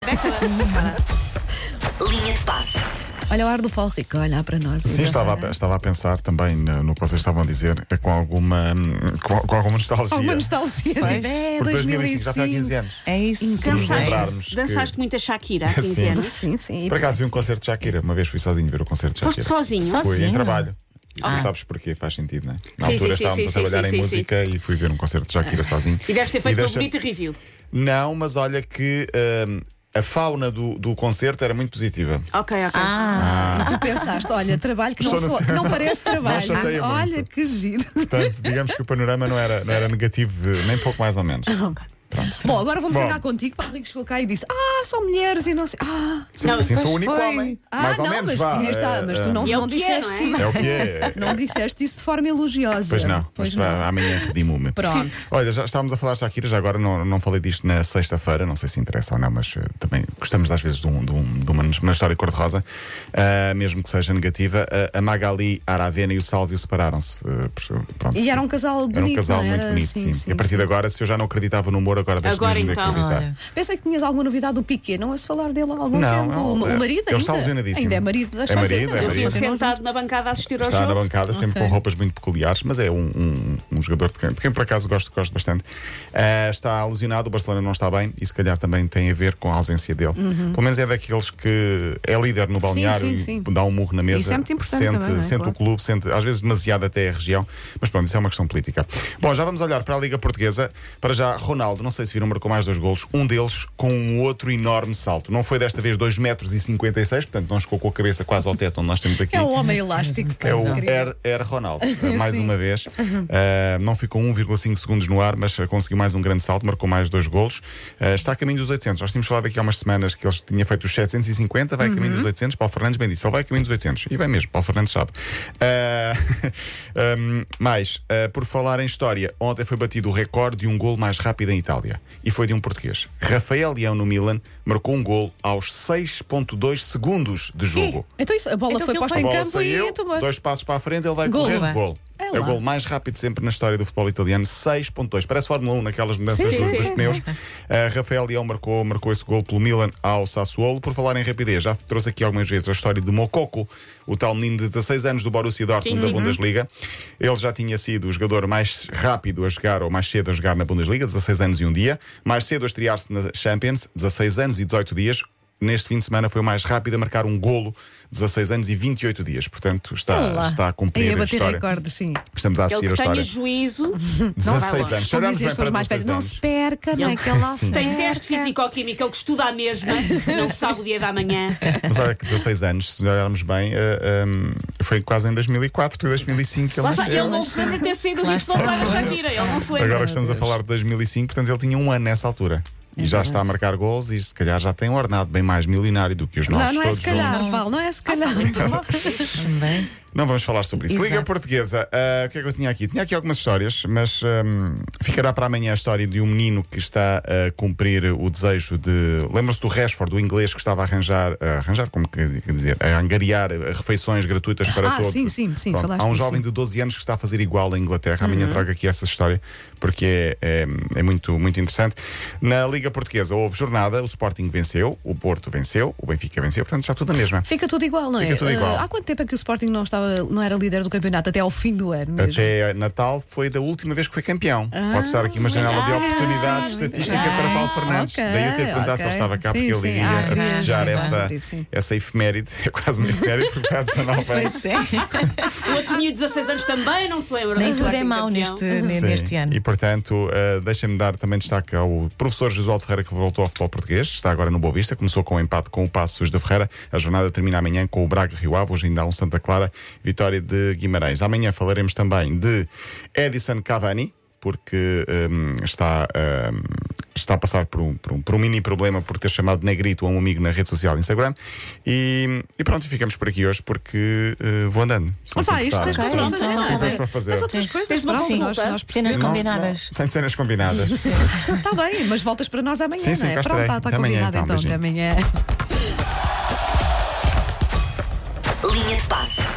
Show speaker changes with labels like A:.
A: Uhum.
B: Linha de passe.
C: Olha o ar do Paulo Rico, a olhar para nós. e
D: Sim,
E: Então
C: a
D: estava
C: pensar,
D: a, estava a pensar também no, no que vocês estavam a dizer, eh, com alguma, hum, com, com alguma nostalgia.
C: Alguma nostalgia, tipo,
D: Sim,
C: é,
D: porque 2005 já foi há
C: 2005.
D: 15 anos.
C: É isso.
D: Se nos lembrarmos
E: Dançaste,
D: que-
E: dançaste muita Shakira há 15
D: Sim.
E: anos.
C: Sim, sim.
D: Por acaso vi um concerto de Shakira, uma vez fui sozinho ver o concerto de
E: Foste
D: Shakira.
E: sozinho.
C: Só-
D: Fui em
C: Sozinho? Ah.
D: trabalho. E Tu sabes porquê, faz sentido, não é? Na
E: Ah. Sim, sim,
D: altura
E: sim,
D: estávamos
E: sim,
D: a trabalhar
E: sim,
D: em
E: sim, sim.
D: música e fui ver um concerto de Shakira sozinho.
E: E deves ter
D: E
E: feito uma
D: deixa-
E: bonita review.
D: Não, mas olha que hum, a fauna do, do concerto era muito positiva.
E: Ok, ok.
C: E tu pensaste, olha, trabalho que não,
D: Estou
C: sou,
D: no-
C: que não parece trabalho.
D: Não chateia muito.
C: olha que giro.
D: Portanto, digamos que o panorama não era, não era negativo, de- nem pouco mais ou menos.
C: Ah, Bom, agora vamos
D: Bom.
C: ficar contigo. Paulo Rico chegou cá e disse: Ah, são mulheres e não sei. Ah,
D: Sim,
E: Não,
D: porque assim,
C: pois
D: sou o único
C: foi.
D: homem.
C: Ah,
D: mais
C: não,
D: ou menos,
C: mas,
D: vá. eh,
C: tinhas- tá, mas tu não,
E: é o
C: não
E: que é,
C: disseste
E: não
C: isso.
D: É o que é.
C: Não disseste isso de forma elogiosa.
D: Pois não,
C: Pois
D: mas
C: não.
D: para amanhã redimo-me.
C: Pronto.
D: Olha, já estávamos a falar de Shakira, já agora não, não falei disto na sexta-feira, não sei se interessa ou não, mas eh, também gostamos às vezes de, um- de um- de uma, uma história cor-de-rosa, ah, mesmo que seja negativa. Ah, a Magali, a Aravena e o Sálvio separaram-se. eh, por- pronto.
C: E era um casal bonito.
D: Era um casal
C: não
D: muito
C: era?
D: bonito, sim. e a partir de agora, se eu já não acreditava no humor, agora deixo
E: Agora
D: mesmo de
E: então.
D: acreditar.
C: Pensei que tinhas alguma novidade do Piqué, não é se falar dele há algum
D: Não,
C: tempo.
D: não,
C: o,
D: é-
C: o marido
D: ele está
C: ainda.
D: lesionadíssimo.
C: Ainda é marido da
D: É marido, é
C: Shakira.
E: Eu
D: marido.
E: estive
D: Maria.
E: sentado na bancada a assistir ao
D: Está na
E: jogo.
D: bancada, sempre
C: Ok.
D: com roupas muito peculiares, mas é um, um- um jogador de quem, de quem, por acaso gosto, gosto bastante. Ah, está lesionado, o Barcelona não está bem e se calhar também tem a ver com a ausência dele. Pelo menos é daqueles que é líder no balneário
C: Uhum. sim, sim.
D: e dá um murro na mesa.
C: Isso é muito importante
D: sente
C: também, não é?
D: sente
C: Claro.
D: o clube, sente às vezes demasiado até a região, mas pronto, isso é uma questão política. Bom, já vamos olhar para a Liga Portuguesa. Para já, Ronaldo, não sei se viram, marcou mais dois golos, um deles com um outro enorme salto. Não foi desta vez 2,56 metros, e 56, portanto não chegou com a cabeça quase ao teto onde nós temos aqui.
C: É o homem elástico.
D: É o
C: Incrível.
D: Air, Air Ronaldo, eh, mais uma vez. Ah, não ficou 1,5 segundos no ar, mas ah, conseguiu mais um grande salto, marcou mais dois golos. Ah, está a caminho dos 800. Nós tínhamos falado aqui há umas semanas que ele tinha feito os 750, vai a caminho dos 800. Paulo Fernandes bem disse, ele vai a caminho dos 800. E vai mesmo, Paulo Fernandes sabe. Ah, hum, mais, ah, por falar em história, ontem foi batido o recorde de um gol mais rápido em Itália. E foi de um português. Rafael Leão, no Milan, marcou um gol aos 6,2 segundos de jogo.
C: Então isso, a bola
A: Então
C: foi
A: aquilo
C: posta
D: A
C: em
D: bola
C: campo
D: saiu,
C: e é tomar.
D: dois passos para a frente, ele vai
C: Golo,
D: correr
C: é?
D: o gol.
C: É
D: É,
C: lá.
D: o gol mais rápido sempre na história do futebol italiano, 6.2. Parece Fórmula 1 naquelas mudanças
C: Sim,
D: do-
C: sim,
D: dos
C: sim,
D: pneus.
C: sim.
D: Ah, Rafael Leão marcou, marcou esse gol pelo Milan ao Sassuolo. Por falar em rapidez, já se trouxe aqui algumas vezes a história do Mococo, o tal menino de 16 anos do Borussia Dortmund
E: Sim,
D: da
E: sim.
D: Bundesliga. Ele já tinha sido o jogador mais rápido a jogar, ou mais cedo a jogar na Bundesliga, 16 anos e um dia. Mais cedo a estrear-se na Champions, 16 anos e 18 dias. Neste fim de semana foi o mais rápido a marcar um golo, 16 anos e 28 dias. Portanto, está,
C: Olá.
D: está a
C: E
D: cumprir
C: a
D: a
C: bater
D: história.
C: recordes, sim.
D: Estamos a
E: Ele
D: assistir Uhum. a
E: que tenha
D: história.
E: juízo. não vai
D: 16
E: longe.
C: Como
D: anos. Olhamos
C: dizem
D: bem
C: as pessoas
D: para
C: mais
D: 16
C: velhas, não
D: anos.
C: se perca, não é que ela se
E: Tem
C: perca.
E: teste físico-químico, ele que estuda à mesma, não sabe o dia da manhã.
D: Mas olha que 16 anos, se olharmos bem, eh, ehm, foi quase em 2004, 2005 que ele
E: Lá está, ele
D: nasceu.
E: não se lembra de ter saído do
A: Lá
E: Lisboa
A: está.
E: para a Shakira, ele não se lembra.
D: Agora que estamos a falar de 2005, portanto ele tinha um ano nessa altura. E
C: É
D: já está a marcar gols e se calhar já tem um ordenado bem mais milionário do que os nossos
C: Não, não é
D: todos
C: se calhar,
D: juntos.
C: Paulo, não é se calhar.
A: Também.
D: Não vamos falar sobre isso.
A: Exato.
D: Liga Portuguesa, ah, o que é que eu tinha aqui? Tinha aqui algumas histórias, mas ahm, ficará para amanhã a história de um menino que está a cumprir o desejo de. Lembra-se do Rashford, do inglês que estava a arranjar, a arranjar, como que, quer dizer, a angariar eh, refeições gratuitas para
C: Ah,
D: todos.
C: sim, sim, sim,
D: Pronto,
C: falaste
D: Há um
C: disso,
D: jovem
C: sim. Uhum.
D: de 12 anos que está a fazer igual na Inglaterra. Amanhã trago aqui essa história porque é, é- é muito, muito interessante. Na Liga Portuguesa houve jornada, o Sporting venceu, o Porto venceu, o Benfica venceu, portanto está tudo na mesma.
C: Fica tudo igual, não é?
D: Fica tudo igual.
C: Eh, há quanto tempo é que o Sporting não, estava, não era líder do campeonato? Até ao fim do ano mesmo. Ah,
D: Até Natal foi da última vez que foi campeão. Pode estar aqui uma janela de
E: ah,
D: oportunidade
E: muito
D: estatística
E: bem.
D: para Paulo Fernandes.
C: Ok,
D: Daí eu ter perguntado se
C: ok.
D: ele estava cá,
C: Sim,
D: porque
C: sim.
D: ele ia
C: Ah,
D: a
C: queria
D: festejar
C: saber
D: essa,
C: sobre isso, sim.
D: essa efeméride. É quase uma efeméride, porque há 19 anos.
A: Pois é.
E: O outro tinha 16 anos também, não se lembra.
A: Nem
E: Será
A: tudo
E: que
A: é mau
E: campeão?
A: neste,
C: Uhum.
D: Sim,
A: neste ano.
D: E portanto, uh, deixem-me dar também destaque ao professor Josualdo Ferreira que voltou ao futebol português, está agora no Boa Vista, começou com o empate com o Passos da Ferreira. A jornada termina amanhã com o Braga Rio Ave, hoje ainda há um Santa Clara, vitória de Guimarães. Amanhã falaremos também de Edison Cavani, porque um, está. um, Está a passar por um, por, um, por um mini problema por ter chamado negrito a um amigo na rede social Instagram. E, e pronto, ficamos por aqui hoje porque uh, vou andando. se não se
C: Opa, isto
D: importarem.
C: tens coisas para
A: Pronto,
C: fazer, não
A: então,
C: é?
D: tens para fazer.
C: Tens outras coisas
E: Tens uma
C: para
E: consulta?
C: nós, nós
A: Cenas
D: Não,
A: combinadas.
D: não. Tem cenas combinadas.
C: Está Tá bem, mas voltas para nós amanhã,
D: Sim, sim,
C: não é?
D: cá estarei.
C: Pronto, está
D: Até amanhã,
C: combinado
D: então,
C: então. Até amanhã.
B: Linha de passe.